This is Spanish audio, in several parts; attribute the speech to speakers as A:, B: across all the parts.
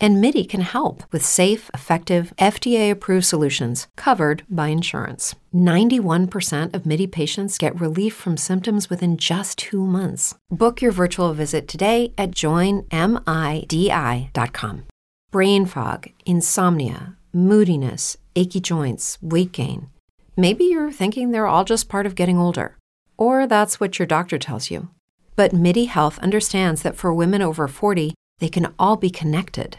A: and MIDI can help with safe, effective, FDA approved solutions covered by insurance. 91% of MIDI patients get relief from symptoms within just two months. Book your virtual visit today at joinmidi.com. Brain fog, insomnia, moodiness, achy joints, weight gain. Maybe you're thinking they're all just part of getting older, or that's what your doctor tells you. But MIDI Health understands that for women over 40, they can all be connected.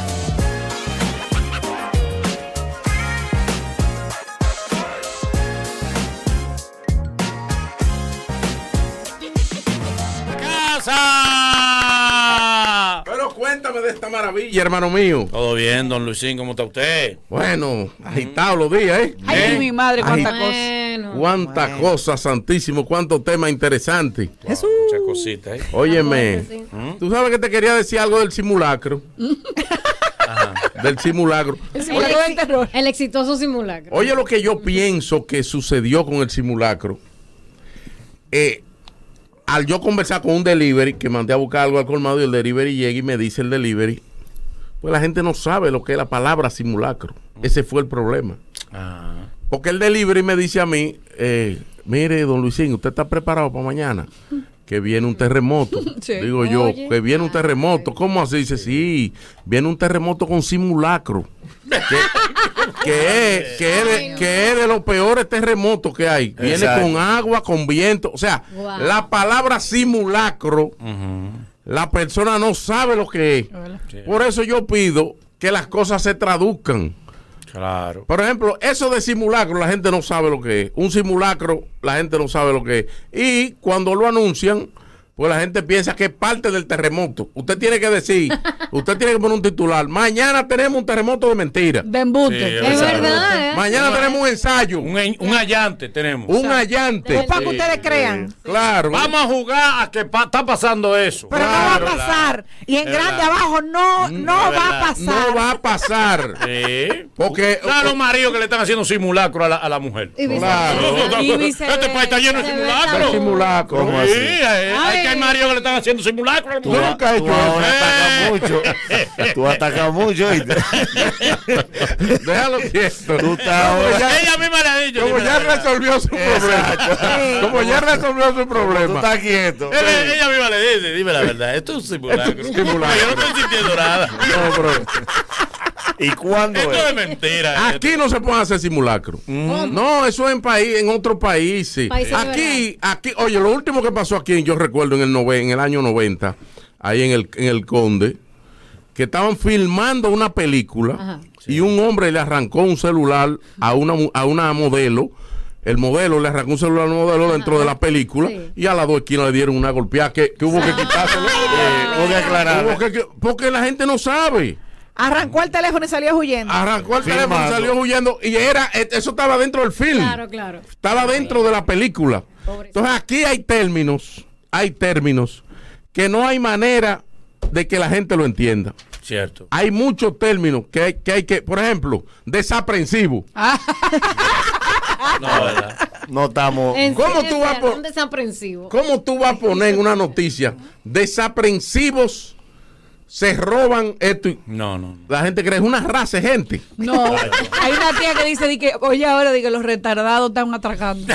B: ¡Casa!
C: Pero cuéntame de esta maravilla, hermano mío.
B: Todo bien, don Luisín, ¿cómo está usted?
C: Bueno, agitado los días, ¿eh?
D: Ay,
B: ¿Eh?
D: mi madre, cuánta
C: Ay.
D: cosa.
C: Cuánta cosa, santísimo, cuánto tema interesante.
D: Jesús.
B: Muchas cositas, ¿eh?
C: Óyeme, tú sabes que te quería decir algo del simulacro. Del simulacro.
D: Una cosa de terror.
E: El exitoso simulacro.
C: Oye lo que yo pienso que sucedió con el simulacro. Eh, al yo conversar con un delivery, que mandé a buscar algo al colmado y el delivery llega y me dice el delivery, pues la gente no sabe lo que es la palabra simulacro. Ese fue el problema.
B: Ah,
C: Porque el delivery me dice a mí, eh, mire, don Luisín, ¿usted está preparado para mañana? Que viene un terremoto.
D: Sí.
C: Digo yo,
E: Oye.
C: que viene un terremoto. ¿Cómo así? Dice, sí, viene un terremoto con simulacro. Que, que es, que, es de, que es de los peores terremotos que hay. Viene
B: Exacto.
C: con agua, con viento. O sea,
E: Wow.
C: la palabra simulacro, la persona no sabe lo que es. Por eso yo pido que las cosas se traduzcan.
B: claro.
C: Por ejemplo, eso de simulacro, la gente no sabe lo que es. Un simulacro, la gente no sabe lo que es. Y cuando lo anuncian, pues la gente piensa que es parte del terremoto. Usted tiene que decir, usted tiene que poner un titular. Mañana tenemos un terremoto de mentira.
D: De embute.
B: Sí,
E: Es
B: Exacto.
E: verdad, ¿eh?
C: Mañana tenemos un ensayo,
B: Un, en- un allante tenemos.
C: un allante.
D: Es para que ustedes crean.
C: Claro.
B: Vamos a jugar a que pa- está pasando eso.
D: Pero no va a pasar. Y en
B: Es
D: grande
B: verdad. Mm,
D: abajo no, no
B: es
D: va a
B: verdad.
D: pasar.
C: No va a pasar.
B: Sí.
C: Porque-
B: Claro, marido, que le están haciendo simulacro a la, a la mujer.
E: Y viceversa.
C: Claro.
D: Y viceversa.
B: Este país está lleno de
E: Se ve
B: simulacros.
E: tan-
C: Simulacro.
B: Sí, eh, hay
D: Ay.
B: que hay marido que le están haciendo simulacro a la
F: Tú,
B: mujer.
C: nunca has
F: tú
C: hecho
F: ahora
B: eso.
F: atacas mucho. Tú atacas mucho. ¿oíste?
C: Déjalo quieto.
F: Tú estás ahora-
B: Ella misma le ha dicho.
C: Como
B: dime la
C: ya
B: verdad.
C: resolvió su problema.
D: Sí.
C: Como ya resolvió su
F: tú
C: problema.
F: estás quieto.
B: Él- ella misma le dice, dime la verdad, esto es un simulacro.
C: simulacro.
B: Yo no estoy sintiendo nada.
F: No, bro. ¿Y cuándo
B: Esto es
F: es?
B: mentira.
C: Aquí no se puede hacer simulacro. No, eso es en país, en otros países.
E: Países de
C: Aquí, aquí, oye, lo último que pasó aquí, yo recuerdo en el nove- en el año 90, ahí en el, en el Conde, que estaban filmando una película y un hombre le arrancó un celular a una mu- a una modelo. El modelo le arrancó un celular al modelo dentro de la película
E: Sí.
C: y a las dos esquinas le dieron una golpeada que, que hubo que quitárselo.
F: Hubo que aclarar.
C: Hubo que- que- porque la gente no sabe.
D: Arrancó el teléfono y salió huyendo.
B: Ah.
C: Arrancó el
F: Filmado.
C: teléfono, salió huyendo y era eh, eso estaba dentro del film.
E: Claro, claro.
C: Estaba dentro de la película. Entonces aquí hay términos, hay términos que no hay manera de que la gente lo entienda.
B: Cierto.
C: Hay muchos términos que hay que, hay que por ejemplo, desaprensivo. Ah.
B: No, verdad.
F: No estamos.
E: En-
C: ¿Cómo
E: es
C: tú vas
E: verdad,
C: por-
E: Un desaprensivo.
C: ¿Cómo tú vas a poner en una noticia desaprensivos se roban esto. y-
B: No, no. no.
C: La gente cree, es una raza de gente.
E: No, hay una tía que dice, di que, oye, ahora di que los retardados están atracando.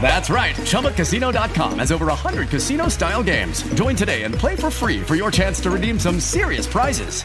G: That's right. ChumbaCasino.com has over 100 casino style games. Join today and play for free for your chance to redeem some serious prizes.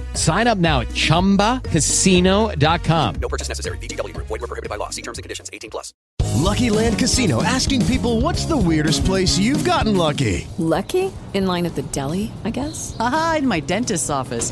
H: Sign up now at chumbacasino.com.
G: No purchase necessary. BGW. Void were prohibited by law. See terms and conditions. 18 plus. Lucky Land Casino. Asking people what's the weirdest place you've gotten lucky?
I: Lucky? In line at the deli, I guess?
J: Aha, in my dentist's office.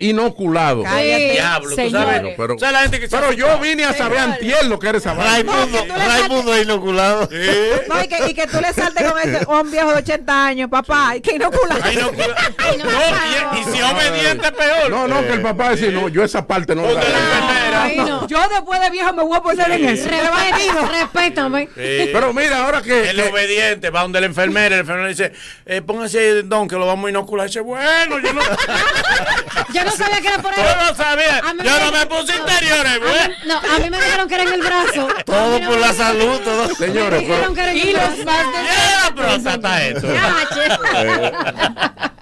C: Inoculado.
D: Cállate.
B: Diablo, tú
E: Señores.
B: sabes.
C: Pero,
B: O sea, la gente que se
C: pero
B: hace-
C: yo vine a saber antier lo que eres saber.
F: Raimundo,
D: No, que tú le
F: Raimundo es inoculado.
D: No, y que, y que tú le saltes con ese un viejo de 80 años, papá, y que inocula.
B: Ay, no, cuida- No, y, y si es obediente, peor.
C: No, no, que el papá dice, no, yo esa parte no
B: Porque
C: la
B: la
C: veo".
B: enfermera
D: Yo, yo después de viejo me voy a poner en eso.
B: Respeta,
D: Respétame.
B: Sí.
C: Pero mira, ahora que.
B: El obediente va donde la enfermera. El enfermero le dice: eh, Póngase ahí, don, que lo vamos a inocular. Y dice: Bueno, yo no.
K: Yo no sabía que era por ahí.
B: Yo no sabía.
K: A mí
B: Yo
K: me-
B: no me puse interiores, ¿eh? güey.
K: A mí- No, a mí me dijeron que era en el brazo.
F: Todo por la salud, todo.
C: Señores,
K: Dijeron que era en el brazo.
B: ¡Era próstata esto!
K: Ah,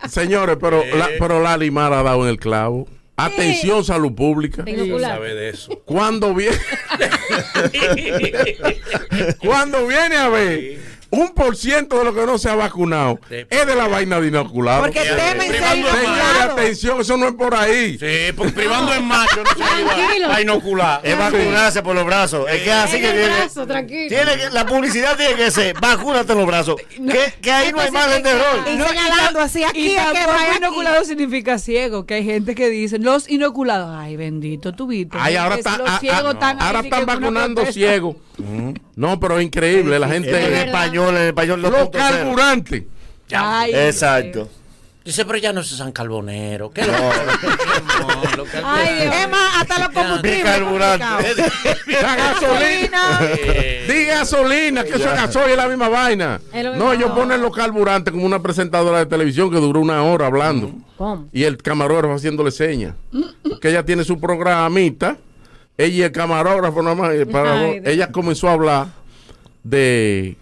C: Señores, pero, la, pero la limada ha dado en el clavo. Atención, salud pública.
K: Binocular.
B: sabe de eso.
C: Cuando viene. Cuando viene a ver, un por ciento de lo que no se ha vacunado es de la vaina de inoculado.
D: Porque temen ser
C: Señores,
D: inoculado.
C: atención, eso no es por ahí.
B: Sí, pues privando en macho, no se
K: Tranquilo.
B: iba a inocular.
F: Es vacunarse por los brazos. Es que así
K: En
F: que
K: el
F: tiene.
K: brazo, tranquilo.
F: tiene que- la publicidad tiene que ser vacúnate en los brazos. Que, que ahí no hay margen de error.
D: Y
E: No,
D: señalando
E: y-
D: así, aquí
E: y
D: es que
E: tampoco
D: va aquí.
E: inoculado significa ciego, que hay gente que dice, los inoculados, ay bendito tu viste.
C: Ay, ahora,
E: Es
C: están-
E: los
C: ah,
E: ciegos
C: ah,
E: tan
C: ahora
E: así que
C: están
E: es una
C: vacunando
E: protesta.
C: ciegos. No, pero es increíble. La gente.
F: En español, en español
C: Los
F: 2.0.
C: carburantes.
E: Ay,
F: Exacto.
B: Dice, pero ya no se usan carbonero. ¿Qué lo que
D: Ay, es más, hasta los combustibles.
F: Bicarburante.
C: La gasolina. Di gasolina, que eso es gasoil, es la misma vaina.
K: Es lo mismo.
C: No, ellos ponen los carburantes como una presentadora de televisión que duró una hora hablando.
K: ¿Cómo?
C: Y el camarógrafo haciéndole señas. que ella tiene su programita. Ella y el camarógrafo, nada más, el parador,
K: Ay, Dios.
C: ella comenzó a hablar de,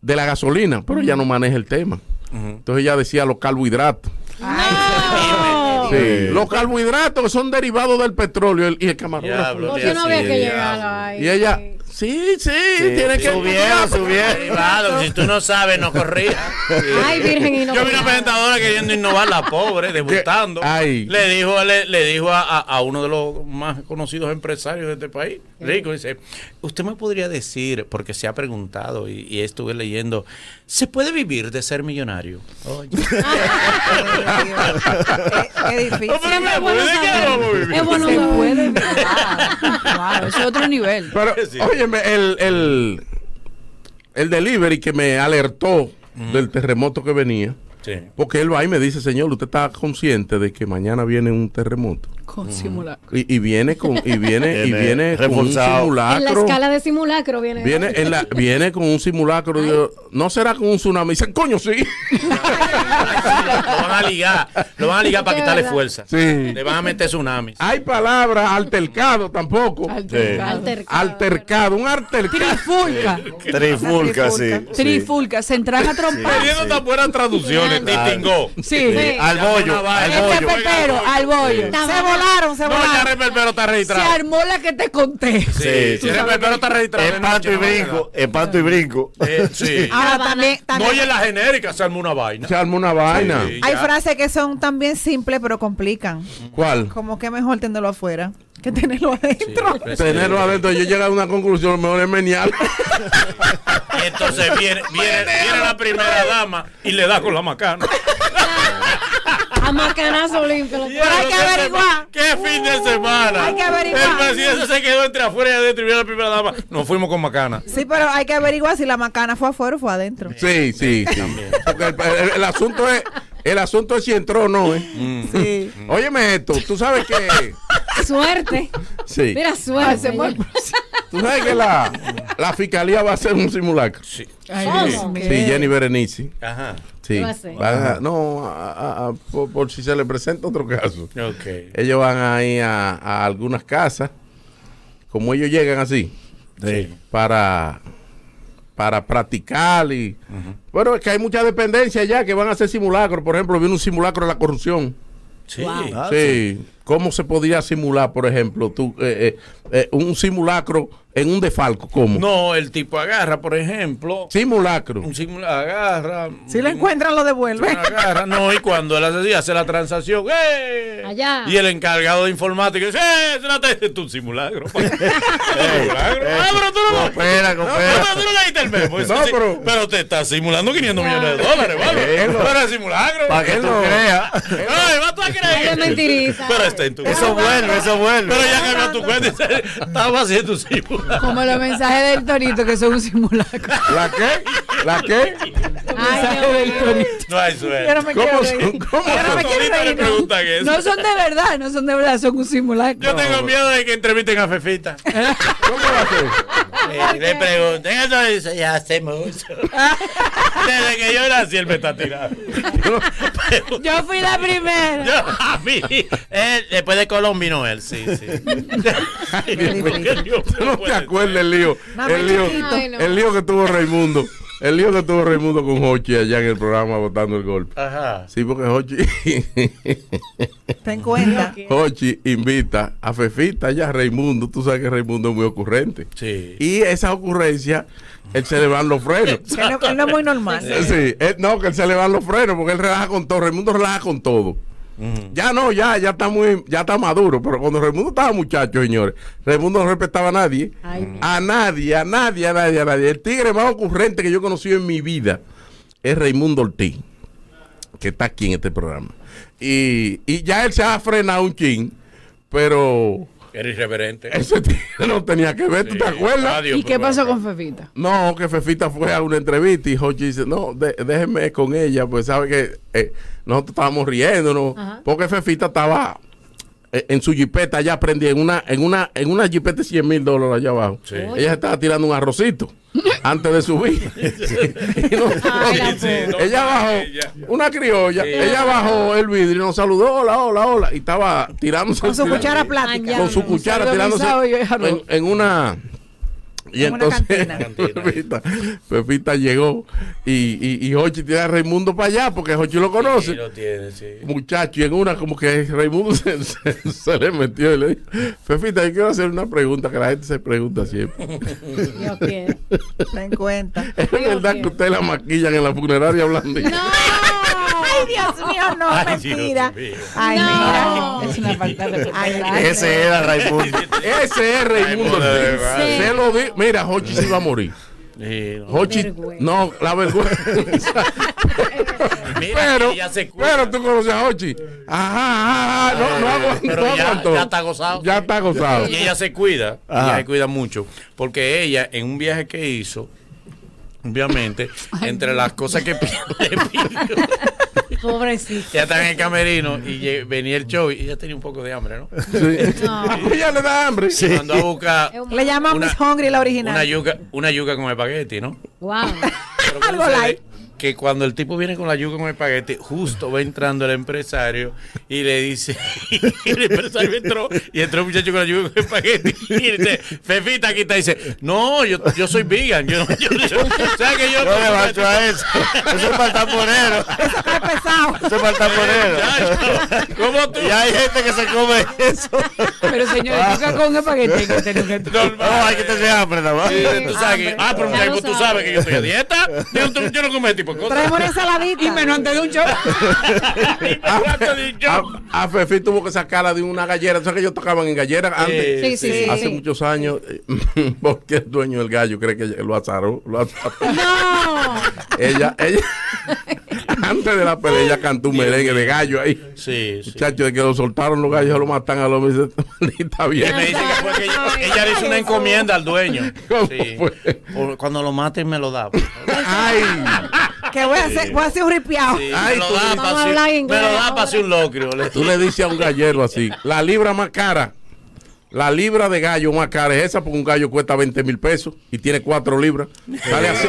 C: de la gasolina, pero ella no maneja el tema. Entonces ella decía los carbohidratos.
K: Oh.
C: Sí. Los carbohidratos que son derivados del petróleo el- y el camarógrafo.
B: Diablo,
K: Porque
B: Sí,
K: no había que
B: diablo.
K: llegar ahí.
C: Y ella, sí, sí, tiene que.
F: Subieron, subieron.
B: Claro, si tú no sabes, no corrías.
K: Ay, virgen y no.
B: Yo vi una presentadora queriendo innovar, la pobre, debutando.
C: Ay.
B: Le dijo, le, le dijo a, a- a uno de los más conocidos empresarios de este país, Rico, dice, usted me podría decir, porque se ha preguntado y, y estuve leyendo, ¿se puede vivir de ser millonario?
D: Qué difícil.
B: No, pero me
K: bueno
B: puede que
K: saber.
B: vamos a vivir.
K: Es bueno
E: Se
K: saber.
E: puede virar. Wow, ese es otro nivel.
C: Pero,
B: Sí.
C: óyeme, el, el, el delivery que me alertó del terremoto que venía,
B: Sí.
C: porque él va y me dice, señor, usted está consciente de que mañana viene un terremoto.
E: Con simulacro.
C: Y, y viene con, y viene, y
F: Viene
C: viene con un
F: reforzado.
K: En la
C: simulacro.
K: escala de simulacro viene.
C: Viene, eh. en la, viene con un simulacro. Digo, no será con un tsunami. Dice, coño, sí.
B: lo van a ligar, lo van a ligar para
K: De
B: quitarle
K: verdad.
B: fuerza.
C: Sí.
B: Le van a meter tsunamis.
C: Hay palabras, altercado tampoco.
E: Altercado.
K: Altercado.
C: Altercado, un altercado.
E: Trifulca.
F: Trifulca, sí.
E: Trifulca. Se entran a trompar.
B: Perdiendo tan buenas traducciones, distingó.
E: Sí.
F: Sí. Al bollo, al
E: El
F: bollo.
E: reperpero, al bollo.
D: Se volaron, se
B: No, ya
D: volaron.
B: Reperpero está
E: Se
B: registrado.
E: armó la que te conté.
B: Sí, sí, Reperpero está registrado. de
F: Empato
B: noche,
F: y
B: no me
F: brinco, empato y brinco.
B: da. Eh, sí.
D: Ahora también,
B: No,
D: también
B: oye, la genérica se armó una vaina.
C: Se arma una vaina.
B: Sí,
D: hay
B: ya.
D: frases que son también simples pero complican.
C: ¿Cuál?
D: Como que mejor tenerlo afuera que tenerlo adentro.
C: Tenerlo adentro, yo llegué a una conclusión, mejor es menial.
B: Y entonces viene, viene, viene la primera dama y le da con la macana.
K: A macanazo limpio.
B: Pero
D: hay que averiguar.
B: ¡Qué fin de semana!
D: hay que averiguar.
B: El presidente se quedó entre afuera y adentro y viene la primera dama. Nos fuimos con macana.
D: Sí, pero hay que averiguar si la macana fue afuera o fue adentro.
C: Sí, sí, sí. Porque el, el- el asunto es, el asunto es si entró o no, ¿eh?
D: Sí.
C: Óyeme esto, tú sabes que,
K: Suerte.
C: sí,
K: Mira, suerte.
C: tú sabes que la, la fiscalía va a hacer un simulacro. Sí,
K: ¿Cómo?
C: Jenny Berenice.
B: Ajá.
C: Sí.
K: va a hacer?
C: Van a- no, a- a- a- por, por si se le presenta otro caso.
B: Ok.
C: Ellos van ahí a, a algunas casas, como ellos llegan así. eh,
B: Sí.
C: para para practicar y bueno es que hay muchas dependencias ya que van a hacer simulacros por ejemplo viene un simulacro de la corrupción
B: Ah, Sí.
C: sí. cómo se podía simular por ejemplo tú eh, eh, eh, un simulacro en un defalco cómo
B: No, el tipo agarra, por ejemplo,
C: simulacro
B: un simula agarra.
D: Si lo encuentran, lo devuelven.
B: Agarra, no, y cuando él hace, así, hace la transacción, ¡eh!
K: Allá.
B: Y el encargado de informática dice, ¡eh! Es una te- es un simulacro. pa". Simulacro. Ah, pero tú no lo-
F: Coopera,
B: No,
F: coopera.
B: pero tú no leíste el memo. Eso
C: No,
B: sí.
C: pero-
B: pero te estás simulando 500 millones de dólares, ¿vale? Pero es simulacro.
F: Para que
C: Él
F: tú
C: no-
F: creas.
B: Ay, va tú a creer.
K: Es mentirita.
B: Pero está en tu
F: Eso vuelve, eso vuelve.
B: Pero ya cambió tu cuenta y dice, estaba haciendo un simulacro.
E: Como los mensajes del torito que son un simulacro.
C: la qué la qué
E: Ay,
B: del torito. No hay
E: Yo no
B: suerte.
E: me quiero reír. Yo no me quiero reír, no. No son de verdad, no son de verdad, son un simulacro.
B: Yo tengo miedo de que entrevisten a Fefita. ¿Cómo va
E: Ah,
B: a ser? Le pregunten, eso dice, ya hace mucho. Desde que yo nací, él me está tirando.
E: Yo fui la primera.
B: Yo, a mí, él, después de Colombia, no él, sí, sí.
C: Tú no te acuerdas el lío.
B: Nada
C: El
B: más
C: lío,
B: chiquito. Ay, no.
C: el lío que tuvo Raimundo. El lío que tuvo Raimundo con Hochi allá en el programa votando el golpe.
B: Ajá.
C: Sí, porque Hochi.
D: ¿Te cuenta?
C: Hochi invita a Fefita ya a Raimundo. Tú sabes que Raimundo es muy ocurrente. Y esa ocurrencia, él se le van los frenos.
D: Que no, que no es muy normal.
C: Sí, él- no, que él se le van los frenos porque él relaja con todo. Raimundo relaja con todo. Ya no, ya, ya está muy, ya está maduro. Pero cuando Raimundo estaba muchacho, señores, Raimundo no respetaba a nadie. a nadie, a nadie, a nadie, a nadie. El tigre más ocurrente que yo he conocido en mi vida es Raimundo Ortiz, que está aquí en este programa. Y, y ya él se ha frenado un chin, pero
B: Era irreverente.
C: ese tigre no tenía que ver, ¿tú te acuerdas?
E: ¿Y qué pasó con Fefita?
C: No, que Fefita fue a una entrevista y Hochi dice, no, de- déjeme con ella, pues sabe que eh, nosotros estábamos riéndonos, porque Fefita estaba eh, en su jipeta allá prendida, en una, en una, en una jipeta de 100 mil dólares allá abajo. Ella se estaba tirando un arrocito antes de subir. Y no-
D: Ah,
C: ella bajó, una criolla, ella bajó el vidrio y nos saludó, hola, hola, hola, y estaba tirándose.
D: Con su
C: tirando-
D: cuchara plática.
C: Con su cuchara tirándose en, en una... Y
D: En una
C: entonces
D: cantina.
C: Pepita, Pepita llegó y, y, y Hochi tiene a Raimundo para allá porque Hochi lo conoce.
B: lo tiene, sí.
C: Muchacho, y en una como que Raimundo se, se- se le metió y le dijo, Pepita, yo quiero hacer una pregunta que la gente se pregunta siempre.
D: Yo quiero. Ten cuenta.
C: ¿Es verdad que ustedes la maquillan en la funeraria blandita?
D: Ay, Dios mío, no,
C: Ay, Dios
D: mentira.
C: mío.
D: Ay,
E: No.
D: mira. Es una falta de
F: Ese era Raimundo.
C: Ese es Raimundo.
F: de
C: Ortiz.
F: verdad.
C: Se lo di- Mira, Hochi se iba a morir. Hochi, no, la vergüenza. pero, pero tú conoces a Hochi. Ajá, ajá, ajá, no, no aguantó.
B: Eh, Pero ya-
C: aguantó.
B: ya está gozado.
C: Ya está gozado.
B: Y ella se cuida,
C: Ajá.
B: ella se cuida mucho, porque ella en un viaje que hizo, obviamente, entre las cosas que
K: Pobrecito.
B: ya estaba en el camerino y lle- venía el show y ella tenía un poco de hambre, ¿no?
C: Ella le da hambre.
B: Mandó a buscar
D: Le llaman
B: Una-
D: Miss Hungry la original.
B: una yuca, una yuca con espagueti, ¿no?
K: Wow.
D: Algo light.
B: Que cuando el tipo viene con la yuca con espagueti, justo va entrando el empresario y le dice, y el empresario entró y entró un muchacho con la yuca con espagueti y dice, Fefita aquí está y dice, no, yo, yo soy vegan, yo, yo, yo, o sea que yo
F: No le bacho a eso. Eso es para tamponero. Eso es para tamponero.
B: Eh, ¿Cómo tú?
F: Y hay gente que se come eso.
E: Pero señores, yuca con espagueti hay que este tener un
F: No, Oh, hay que tener hambre nada más.
B: tú sabes que, ah, pero muchacho, tú sabes que yo estoy a dieta. Yo, tú- yo no como ese tipo de cosas.
D: Traemos una ensaladita. Y menos antes de un show.
B: Ah,
C: A, a Fefi tuvo que sacarla de una gallera. ¿Sabes que ellos tocaban en gallera antes?
D: Sí, sí, sí.
C: Hace
D: Sí.
C: muchos años, eh, porque el dueño del gallo cree que lo azaró. Lo azaró.
K: No.
C: ella, ella, antes de la pelea, ella cantó un merengue de gallo ahí.
B: Sí, sí.
C: Muchachos, de que lo soltaron los gallos, lo matan al hombre y dice, maldita
B: Y me dice
C: vieja.
B: que fue que ella, ella le hizo una encomienda al dueño.
C: ¿Cómo
B: Sí.
C: fue?
B: Por- Cuando lo maten me lo da.
C: Ay,
D: Que voy a hacer, voy a hacer un ripiao.
B: Ay, me lo da
D: Vamos a hablar en inglés
B: para hacer un locrio.
C: Tú le dices a un gallero así, la libra más cara, la libra de gallo más cara es esa, porque un gallo cuesta 20 mil pesos y tiene cuatro libras. Dale así.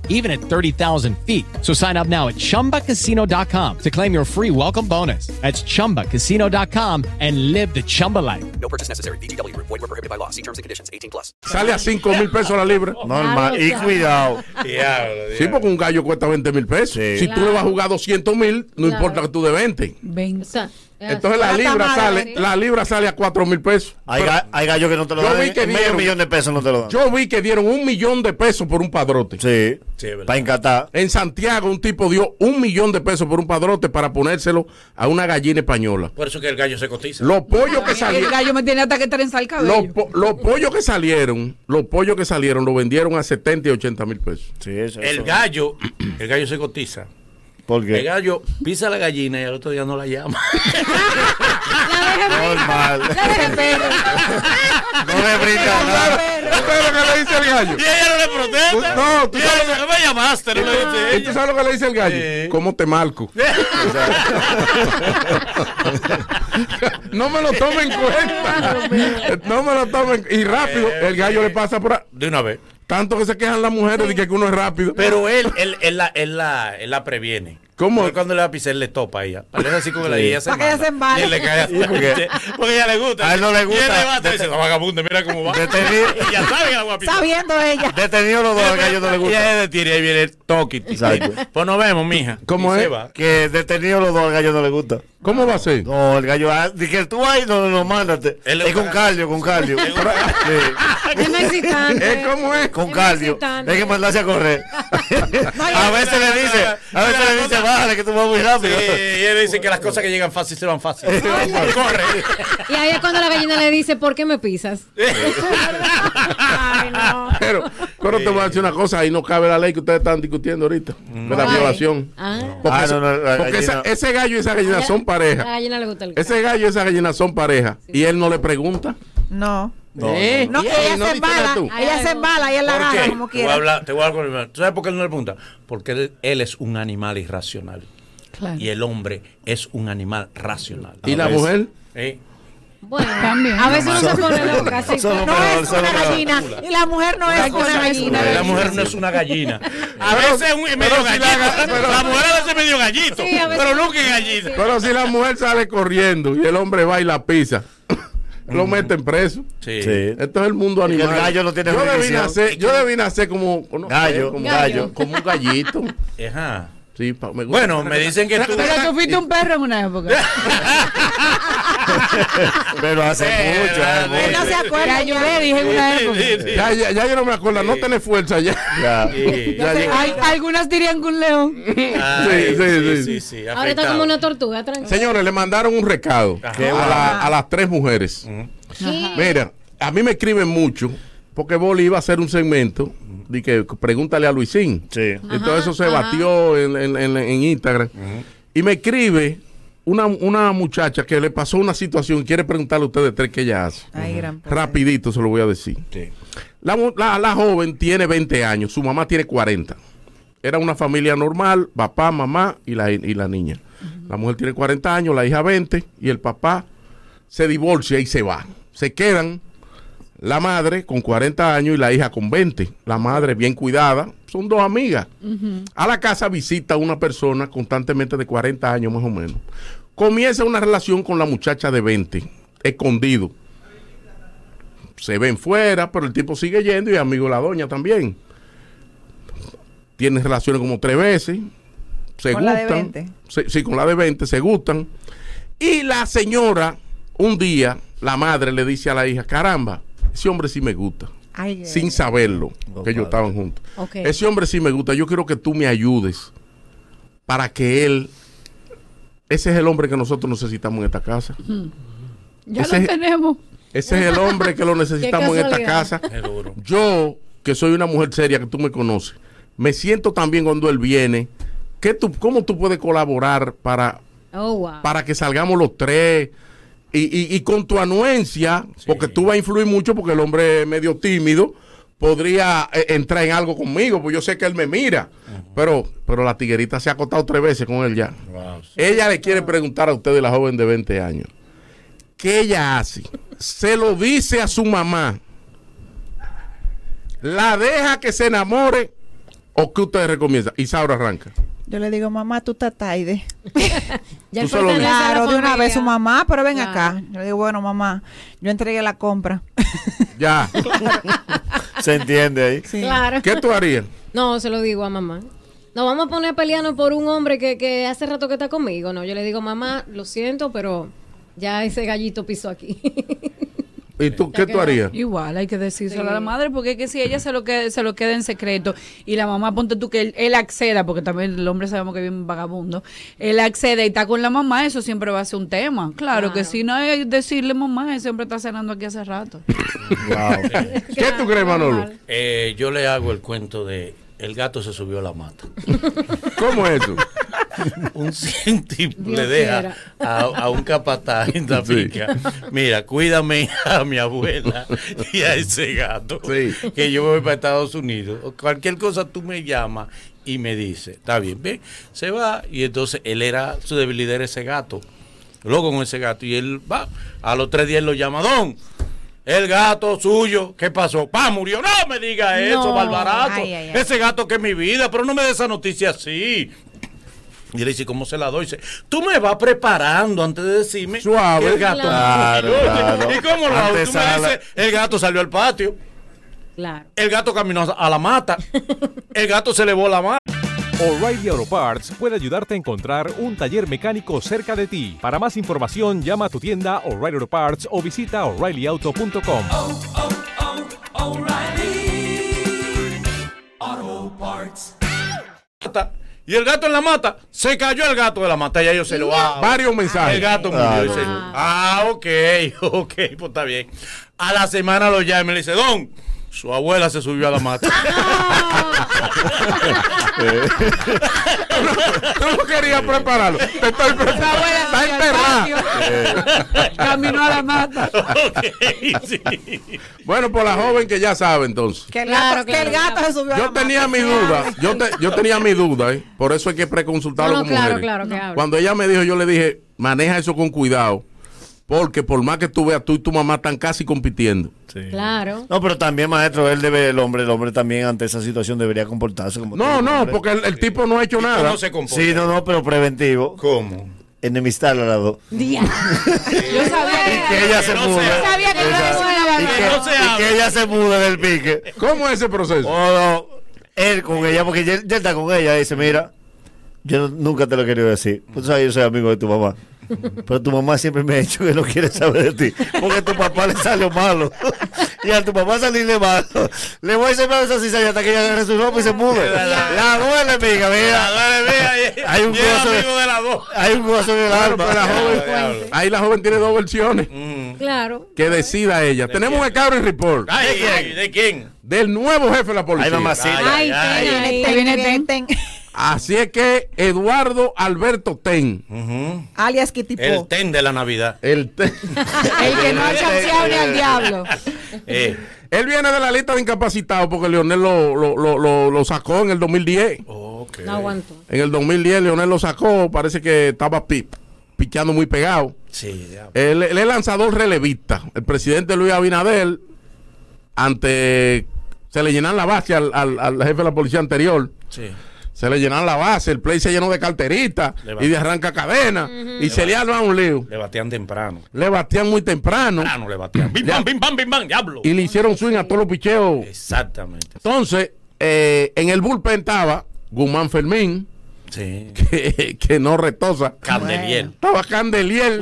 H: even at 30,000 feet. So sign up now at ChumbaCasino.com to claim your free welcome bonus. That's ChumbaCasino.com and live the Chumba life.
L: No purchase necessary. BGW. Void were prohibited by law. See terms and conditions. 18 plus.
C: Sale a 5 mil pesos la libra. Ah,
L: Normal,
F: y cuidado.
C: Sí, porque un gallo cuesta 20 mil pesos. Si tú le vas a jugar 200 mil, no
K: Claro.
C: importa que tú de 20. Entonces la
K: Plata
C: libra
K: mala,
C: sale,
K: ¿sí?
C: la libra sale a 4 mil pesos.
F: Hay,
C: Pero
F: ga- hay gallos que no te lo
C: yo
F: dan.
C: vi que
F: medio
C: dieron-
F: millón de pesos no te lo dan.
C: Yo vi que dieron un millón de pesos por un padrote.
F: Sí. Para
C: En Santiago un tipo dio un millón de pesos por un padrote para ponérselo a una gallina española.
B: Por eso que el gallo se cotiza.
C: Los pollos que
E: El
C: salieron,
E: gallo me tiene hasta que trenzar el cabello.
C: los, po- los pollos que salieron, los pollos que salieron, lo vendieron a 70 y 80 mil pesos.
B: El gallo, el gallo se cotiza.
F: ¿Por
B: El gallo pisa la gallina y al otro día no la llama.
F: Normal.
B: No le brinda
C: Pero que le dice el gallo.
B: Y ella no le protesta.
C: No, tú Ah,
B: Y ella no me llamaste, no le dice
C: ¿Y tú sabes lo que le dice el gallo? ¿Cómo te marco? no me lo tomen en cuenta. No me lo tomen. Y rápido, el gallo le pasa por ahí.
B: De una vez.
C: Tanto que se quejan las mujeres de que uno es rápido.
B: Pero él, él, él la, él, la, él la previene.
C: ¿Cómo?
B: cuando le va a pisar, él le topa a ella. Parece así como la
F: Sí.
B: y ella se
F: Para que ella
B: manda.
F: se embale.
B: Y él le cae así.
F: Sí, porque-
B: Porque a ella le gusta.
F: A él no le gusta.
B: Y él le va y dice, "No, vagabundo, mira cómo va. Y ya sabe que la voy a pisar.
D: Sabiendo ella.
F: Detenido los dos, al gallo no le
B: Y
F: gusta.
B: ella se detiene, ahí viene el toque.
F: Exacto.
B: Pues nos vemos, mija.
F: ¿Cómo
B: Y se
F: es?
B: va.
F: Que detenido los dos al gallo no le gusta.
C: ¿Cómo va a ser?
F: No, el gallo. ah, di que tú ahí, no, no, no, mándate.
B: Él es
F: es con
B: un-
F: cardio, con cardio.
K: Es excitante.
C: ¿Es cómo es?
F: Con cardio.
K: excitante.
F: Hay que mandarse a correr.
B: A veces le dice,
F: a veces le dice, bájale que tú vas muy rápido.
B: Sí, y él dice que las cosas que llegan fácil se van fácil. Corre.
K: Y ahí es cuando la gallina le dice, ¿por qué me pisas?
C: Pero, pero te voy a decir una cosa, ahí no cabe la ley que ustedes están discutiendo ahorita. De la
K: Ay.
C: violación.
K: Ah.
C: Porque,
F: Mm. Ah,
C: ese-
F: no, no, la
C: porque esa-
F: gallina-
C: ese gallo y esa gallina son
K: A la
C: pareja.
K: gallina le gusta el
C: Ese gallo y esa gallina son pareja. Y él no le pregunta.
D: No.
C: No,
D: Eh, No,
C: no, no.
D: que
C: Y ahí
D: ella
C: no
D: se
C: dice nada
D: embala.
C: tú.
D: Ella se embala y él la
B: ¿Por
D: agarra
B: qué?
D: como
B: Te voy a
D: quiera.
B: hablar, te voy a hablar con el hermano. ¿Tú sabes por qué él no le pregunta? Porque él, él es un animal irracional.
E: Claro.
B: Y el hombre es un animal racional.
C: ¿Y
F: Pues,
C: la
B: A veces-
C: mujer?
B: ¿Eh?
K: Bueno, a veces uno se pone loca. así.
B: Solo
D: No
B: peor,
D: es
B: solo
D: una
B: peor.
D: gallina. Y la mujer no es una gallina.
B: La mujer no es una gallina. A veces es un medio
C: pero si
B: gallito.
C: la ga- pero-
B: la mujer a veces es medio gallito.
K: Sí, a veces-
B: pero nunca es gallito.
C: Pero si la mujer sale corriendo y el hombre va y la pisa, lo meten preso.
B: Sí.
C: Esto es el mundo
F: que el
C: animal.
F: gallo no tiene
C: yo debí
F: jurisdicción.
C: nacer, yo debí nacer como, no sé,
F: Gallo,
C: como,
F: gallo.
C: como un gallito.
B: Ajá.
C: Sí, pa- me gusta.
B: Bueno, me dicen que tú.
E: Pero tú fuiste un perro en una época.
F: Pero hace
C: Eh,
F: mucho, hace
E: Él no
F: mucho.
E: se acuerda. Ya yo le dije en una época.
C: Ya, ya, ya yo no me acuerdo, no tenés fuerza ya.
F: Ya.
C: Ya, ya.
E: Al- algunas dirían que un león.
B: Ay,
C: Sí, sí, sí.
K: Ahora está como una tortuga, tranquila.
C: Señores, le mandaron un recado
B: Ajá.
C: a, la- a las tres mujeres.
K: Sí.
C: Mira, a mí me escriben mucho porque Boli iba a hacer un segmento de que pregúntale a Luisín. Entonces eso se batió en, en- en- en Instagram. Y me escribe una, una muchacha que le pasó una situación, quiere preguntarle a ustedes tres qué ella hace.
D: Ay, gran
C: Rapidito se lo voy a decir. La, mu- la- la joven tiene 20 años, su mamá tiene 40. Era una familia normal, papá, mamá y la, y la niña. La mujer tiene 40 años, la hija 20 y el papá se divorcia y se va. Se quedan la madre con 40 años y la hija con 20. La madre bien cuidada, son dos amigas. A la casa visita una persona constantemente de 40 años más o menos. Comienza una relación con la muchacha de 20, escondido. Se ven fuera, pero el tipo sigue yendo y es amigo de la doña también. Tienen relaciones como tres veces. Se
D: Con la de
C: gustan.
D: 20.
C: Se- sí, con la de 20 se gustan. Y la señora, un día, la madre le dice a la hija, caramba, ese hombre sí me gusta.
D: Ay,
C: Sin saberlo, que ellos estaban juntos.
K: Ok.
C: Ese hombre sí me gusta. Yo quiero que tú me ayudes para que él. Ese es el hombre que nosotros necesitamos en esta casa.
E: Ya
C: Ese
E: lo
C: es-
E: tenemos.
C: Ese es el hombre que lo necesitamos en esta
E: casualidad.
C: casa. Yo, que soy una mujer seria, que tú me conoces, me siento también cuando él viene. ¿Qué tú, ¿Cómo tú puedes colaborar para,
K: Oh, wow.
C: para que salgamos los tres. Y, y- y con tu anuencia, porque tú vas a influir mucho, porque el hombre es medio tímido, podría eh, entrar en algo conmigo, pues yo sé que él me mira. pero, pero la tiguerita se ha acostado tres veces con él ya. Ella le quiere preguntar a ustedes, la joven de 20 años, ¿qué ella hace? Se lo dice a su mamá. La deja que se enamore ¿O qué ustedes recomiendan? Isaura arranca.
D: Yo le digo, mamá, tú estás taide.
C: Tú solo pertenece a la
D: Claro, de una
K: familia.
D: vez su mamá, pero ven
K: Claro.
D: acá. Yo le digo, bueno, mamá, yo entregué la compra.
C: Ya.
F: Se entiende ahí.
K: Claro.
C: ¿Qué tú harías?
K: No, se lo digo a mamá. Nos vamos a poner peleando por un hombre que, que hace rato que está conmigo. No, yo le digo, mamá, lo siento, pero ya ese gallito pisó aquí.
C: ¿Y tú qué tú
E: quedó.
C: harías?
E: Igual, hay que decírselo a la madre, porque es que si ella se lo, queda, se lo queda en secreto y la mamá, ponte tú que él, él acceda, porque también el hombre sabemos que es bien vagabundo, él accede y está con la mamá, eso siempre va a ser un tema. Claro, que si no es decirle mamá, ese hombre está cenando aquí hace rato.
C: ¿Qué tú crees, Manolo?
B: Eh, yo le hago el cuento de el gato se subió a la mata.
C: ¿Cómo es eso?
B: un científico
M: Dios
B: le deja
M: quiera.
B: a, a un capataz en la
C: Sí.
B: finca, mira, cuídame a mi abuela y a ese gato, que yo voy para Estados Unidos. O Cualquier cosa tú me llamas y me dices, está bien, bien, se va. Y entonces él era, su debilidad era ese gato, luego con ese gato. Y él va, a los tres días lo llama, don, el gato suyo, ¿qué pasó? Pa, murió. No me diga eso,
M: No.
B: Barbarazo.
M: Ay, ay, ay.
B: Ese gato que es mi vida, pero no me dé esa noticia así. Y le dice, ¿cómo se la doy? Dice, tú me vas preparando antes de decirme.
C: Suave.
B: que El gato.
F: Claro,
B: Oye,
F: claro.
B: ¿Y cómo lo hago?
F: Antes
B: Tú me
F: a la-
B: dices, el gato salió al patio.
K: Claro.
B: El gato caminó a la mata. El gato se levó la mata.
N: O'Reilly Auto Parts puede ayudarte a encontrar un taller mecánico cerca de ti. Para más información, llama a tu tienda O'Reilly Auto Parts o visita oreillyauto.com.
B: Y el gato en la mata. Se cayó el gato de la mata. Ya yo se lo hago.
C: Varios mensajes.
B: El gato murió.
C: Ah,
B: dice, ah, ok, ok, pues está bien. A la semana lo llama y me dice, Don, su abuela se subió a la mata.
C: Tú no querías prepararlo. Te estoy preparando. Está Eh, enterrada.
E: Caminó a la mata.
C: Bueno, por la joven que ya sabe entonces.
D: Que el
K: Claro,
D: gato, que el
K: claro.
D: gato se subió a la
C: Yo tenía mi duda, yo, te- yo tenía mi duda, ¿eh? por eso hay que preconsultarlo
K: No, no,
C: con
K: claro,
C: mujeres.
K: claro, que hablo.
C: Cuando ella me dijo, yo le dije, maneja eso con cuidado, porque por más que tú veas, tú y tu mamá están casi compitiendo.
K: Claro.
F: No, pero también, maestro, él debe, el hombre, el hombre también ante esa situación debería comportarse como
C: No, no, porque el, el tipo no ha hecho nada.
F: Sí, no, no, pero preventivo.
B: ¿Cómo?
F: Enemistar a las dos.
E: Yo sabía que,
F: Que ella se mude.
E: sabía que no era buena
F: Y
E: bandera.
F: que, y que ella se mude del pique.
C: ¿Cómo es ese proceso?
F: Él con ella, porque ya, ya está con ella, dice, mira, yo no- nunca te lo he querido decir. Pues sabes, yo soy amigo de tu mamá. Pero tu mamá siempre me ha dicho que no quiere saber de ti. Porque a tu papá le salió malo. Y a tu papá salirle malo. Le voy a sembrar esa cizaña hasta que ella agarre su ropa y se mude. La duele, amiga, mira. Hay un gozo de-
B: de la voz.
F: Hay un gozo en el
C: Claro,
F: alma.
C: pero la joven- ahí la joven tiene dos versiones.
K: Claro.
C: Que decida ella. Tenemos un Scouting Report
B: Ay, ay, ¿De quién? Ah,
C: del nuevo jefe de la policía.
K: Ay, pena, ahí.
D: Ten,
E: viene este
D: ten, ten.
C: Así es que Eduardo Alberto Ten.
D: Alias Kitipo.
B: El ten de la Navidad.
C: El ten.
E: El que no ha chanceado ni al diablo.
B: Eh,
C: Él viene de la lista de incapacitados porque Leonel lo, lo, lo, lo- lo sacó en el 2010.
K: No aguanto.
C: En el 2010 Leonel lo sacó, parece que estaba pi- pichando muy pegado.
B: sí, ya.
C: Él, él es lanzador relevista. El presidente Luis Abinader, ante se le llenan la base al, al- al jefe de la policía anterior.
B: Sí.
C: Se le llenan la base, el play se llenó de carteristas
B: Le
C: y
B: batean.
C: de arranca cadena. Y se le arma un lío.
B: Le batean temprano.
C: Le batean muy temprano
B: Temprano le batean. Bim, bam, bim, bam, bim, bam. Diablo.
C: y le hicieron swing a todos los picheos.
B: Exactamente.
C: Entonces, eh, en el bullpen estaba Guzmán Fermín,
B: Sí.
C: que, que no retosa.
B: Candeliel.
C: Estaba Candeliel.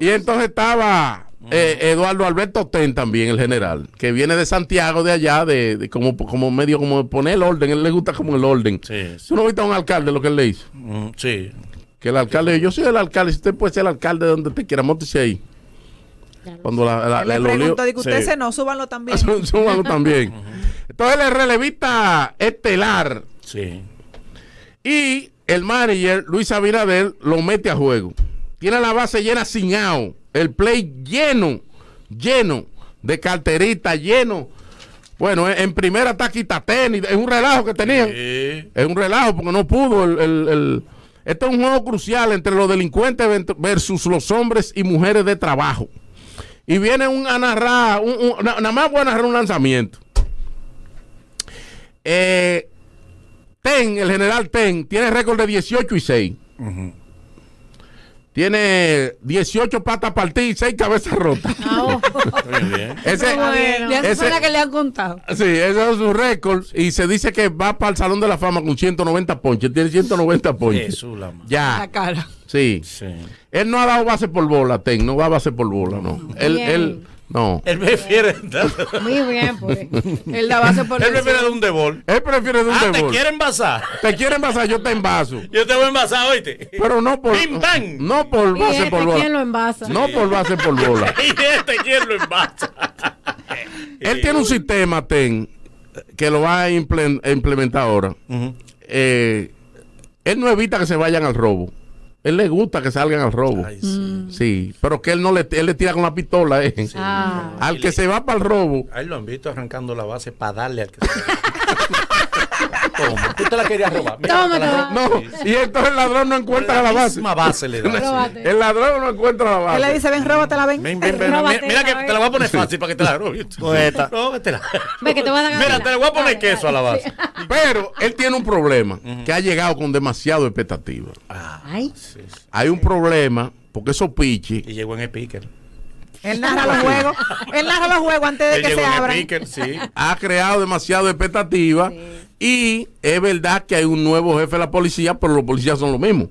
C: Y entonces estaba
B: Mm.
C: eh, Eduardo Alberto Ten también, el general, que viene de Santiago, de allá, de, de como, como medio como de poner el orden. Él le gusta como el orden.
B: Sí, sí.
C: Tú no viste a un alcalde lo que él le hizo.
B: Mm, sí.
C: Que el alcalde, yo soy el alcalde, si usted puede ser el alcalde de donde usted quiera, móntese ahí. Cuando la, la, la-
D: Le
C: el olio-
D: pregunto, digo, ustedes
C: Sí.
D: se no, súbanlo también.
C: Sú- súmalo también. Entonces, el relevista estelar
B: Sí.
C: y el manager Luis Abinader lo mete a juego. Tiene la base llena sin out. El play lleno, lleno de carterita, lleno. Bueno, en, en primera está tenis. Es un relajo que tenían.
B: Sí.
C: Es un relajo porque no pudo. El, el- el- Este es un juego crucial entre los delincuentes vent- versus los hombres y mujeres de trabajo. Y viene un a narrar, un- un- na- nada más voy a narrar un lanzamiento. Eh, Ten, el general Ten, tiene récord de 18 y 6. Tiene 18 patas partidas y 6 cabezas rotas.
B: Ah, oh.
C: Ese-
E: le hace
C: ese-
E: suena que le han contado.
C: Sí, ese es su récord. Y se dice que va para el Salón de la Fama con 190 ponches. Tiene 190 ponches.
B: Jesús, la madre.
C: Ya.
E: La cara.
C: Sí. Él no ha dado base por bola, Ten. No va a base por bola, no. Él,
E: Bien.
C: él, no.
B: Él prefiere.
E: Muy bien, pues. Él da base por
B: Él prefiere de un debol.
C: Él prefiere de un
B: Ah, te
C: debol.
B: quieren basar.
C: Te quieren basar, yo te envaso.
B: Yo te voy a envasar, oíste.
C: Pero no por.
B: ¡Bim, bam!
C: No por
B: ¿Y
C: base
B: este
C: por
B: quién lo
C: bola.
K: envasa?
C: No por base por bola.
B: y este quién lo envasa.
C: Él tiene un sistema, Ten, que lo va a implen- a implementar ahora. Eh, él no evita que se vayan al robo. Él le gusta que salgan al robo. sí. pero que él no le, él le tira con la pistola. eh.
B: Ah.
C: Al que se va para el robo.
B: Ahí lo han visto arrancando la base para darle al que se Toma, tú te la querías robar. Mira,
C: Toma,
B: te la-
C: No, y entonces el ladrón no encuentra la, base.
B: base le da, sí. Róbate.
C: El ladrón no encuentra la base.
D: Él le dice, ven, róbatela, ven.
B: Ven, ven, ven, mira, mira que te la voy a poner fácil para que te la robes.
C: Coeta.
B: Róbatela.
K: Ve que te voy a dar
B: Mira, te le voy a poner queso a la base.
C: Pero él tiene un problema que ha llegado con demasiado expectativa.
B: Ah,
K: Ay.
C: Hay un problema porque esos pichis.
B: Y llegó en el picker.
D: Él narra los juegos. Él narra los juegos antes de que se abran.
C: Ha creado demasiado expectativa. Y es verdad que hay un nuevo jefe de la policía, pero los policías son lo mismo.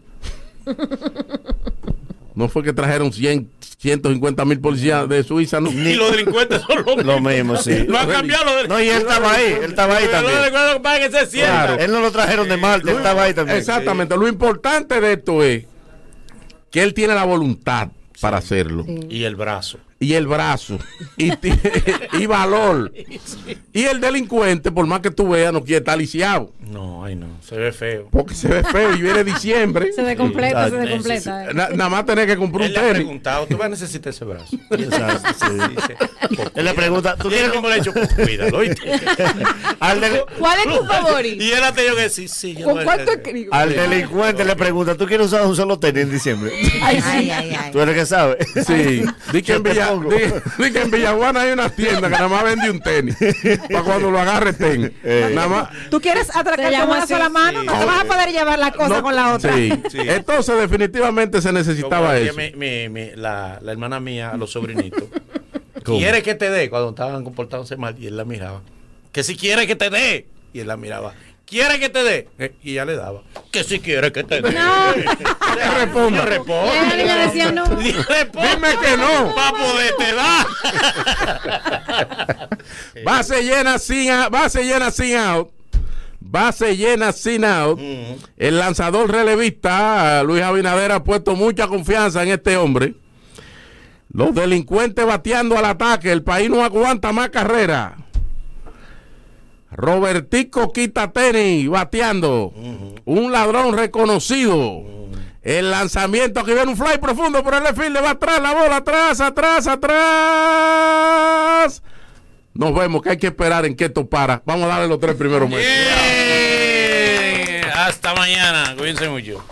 C: No fue que trajeron 100, 150 mil policías de Suiza, ¿no?
B: Y los delincuentes son los
F: Lo mismo, sí.
B: No ha cambiado los
F: No, y él estaba ahí, él estaba ahí
B: Pero
F: también.
B: los delincuentes para que se sientan.
F: Claro. Él no lo trajeron de Marte, él
C: Lo-
F: estaba ahí también.
C: Exactamente. Lo importante de esto es que él tiene la voluntad para hacerlo.
B: Y el brazo.
C: Y el brazo. Y, ti- y valor. Y el delincuente, por más que tú veas, no quiere estar lisiado.
B: No, ay no, se ve feo.
C: Porque se ve feo y viene diciembre.
B: Se descompleta, se
C: Sí.
B: descompleta, eh.
C: Na- Nada más tener que comprar
B: Él
C: un
B: le ha
C: tenis.
B: preguntado, tú vas a necesitar ese brazo.
F: Él le pregunta, ¿tú tienes
B: como le he hecho? Pues, Cuídalo, ¿oíste?
F: Al del-
E: ¿Cuál es tu favorito?
B: Y él ha tenido que decir, sí, yo
E: ¿Con
B: lo-
E: cuál tú escribes?
F: Al delincuente le pregunta, ¿tú quieres usar un solo tenis en diciembre?
E: Ay, sí.
F: Tú eres que sabes.
C: Sí. Di que, en Villa- di- di que en Villajuana hay una tienda que nada más vende un tenis. Para cuando lo agarre tenis. Nada más.
D: ¿Tú quieres
E: Se
D: atracar con
E: llama
D: una
E: así.
D: sola mano?
C: Sí.
D: No te vas a poder llevar la cosa con la otra.
C: Sí. Entonces, definitivamente se
B: Como
C: necesitaba
B: decía
C: eso.
B: mi- mi- mi- la, la hermana mía a los sobrinitos.
C: ¿Cómo?
B: ¿Quieres que te dé? Cuando estaban comportándose mal y él la miraba. Que si quiere que te dé. Y él la miraba. ¿Quiere que te dé? Eh, Y ella le daba. Que si quiere que te dé.
K: No.
C: responda.
K: La niña decía no.
C: Dime que no.
B: Para poder te dar.
C: Base llena sin out. Base llena sin out. Base llena sin out. El lanzador relevista Luis Abinader ha puesto mucha confianza en este hombre. Los delincuentes bateando al ataque. El país no aguanta más carrera. Robertico quita tenis bateando. Un ladrón reconocido. El lanzamiento que viene un fly profundo por el left field, le va atrás la bola, atrás, atrás, atrás. Nos vemos, que hay que esperar en que esto para. Vamos a darle los tres primeros meses.
B: Eh, Hasta mañana. Cuídense mucho.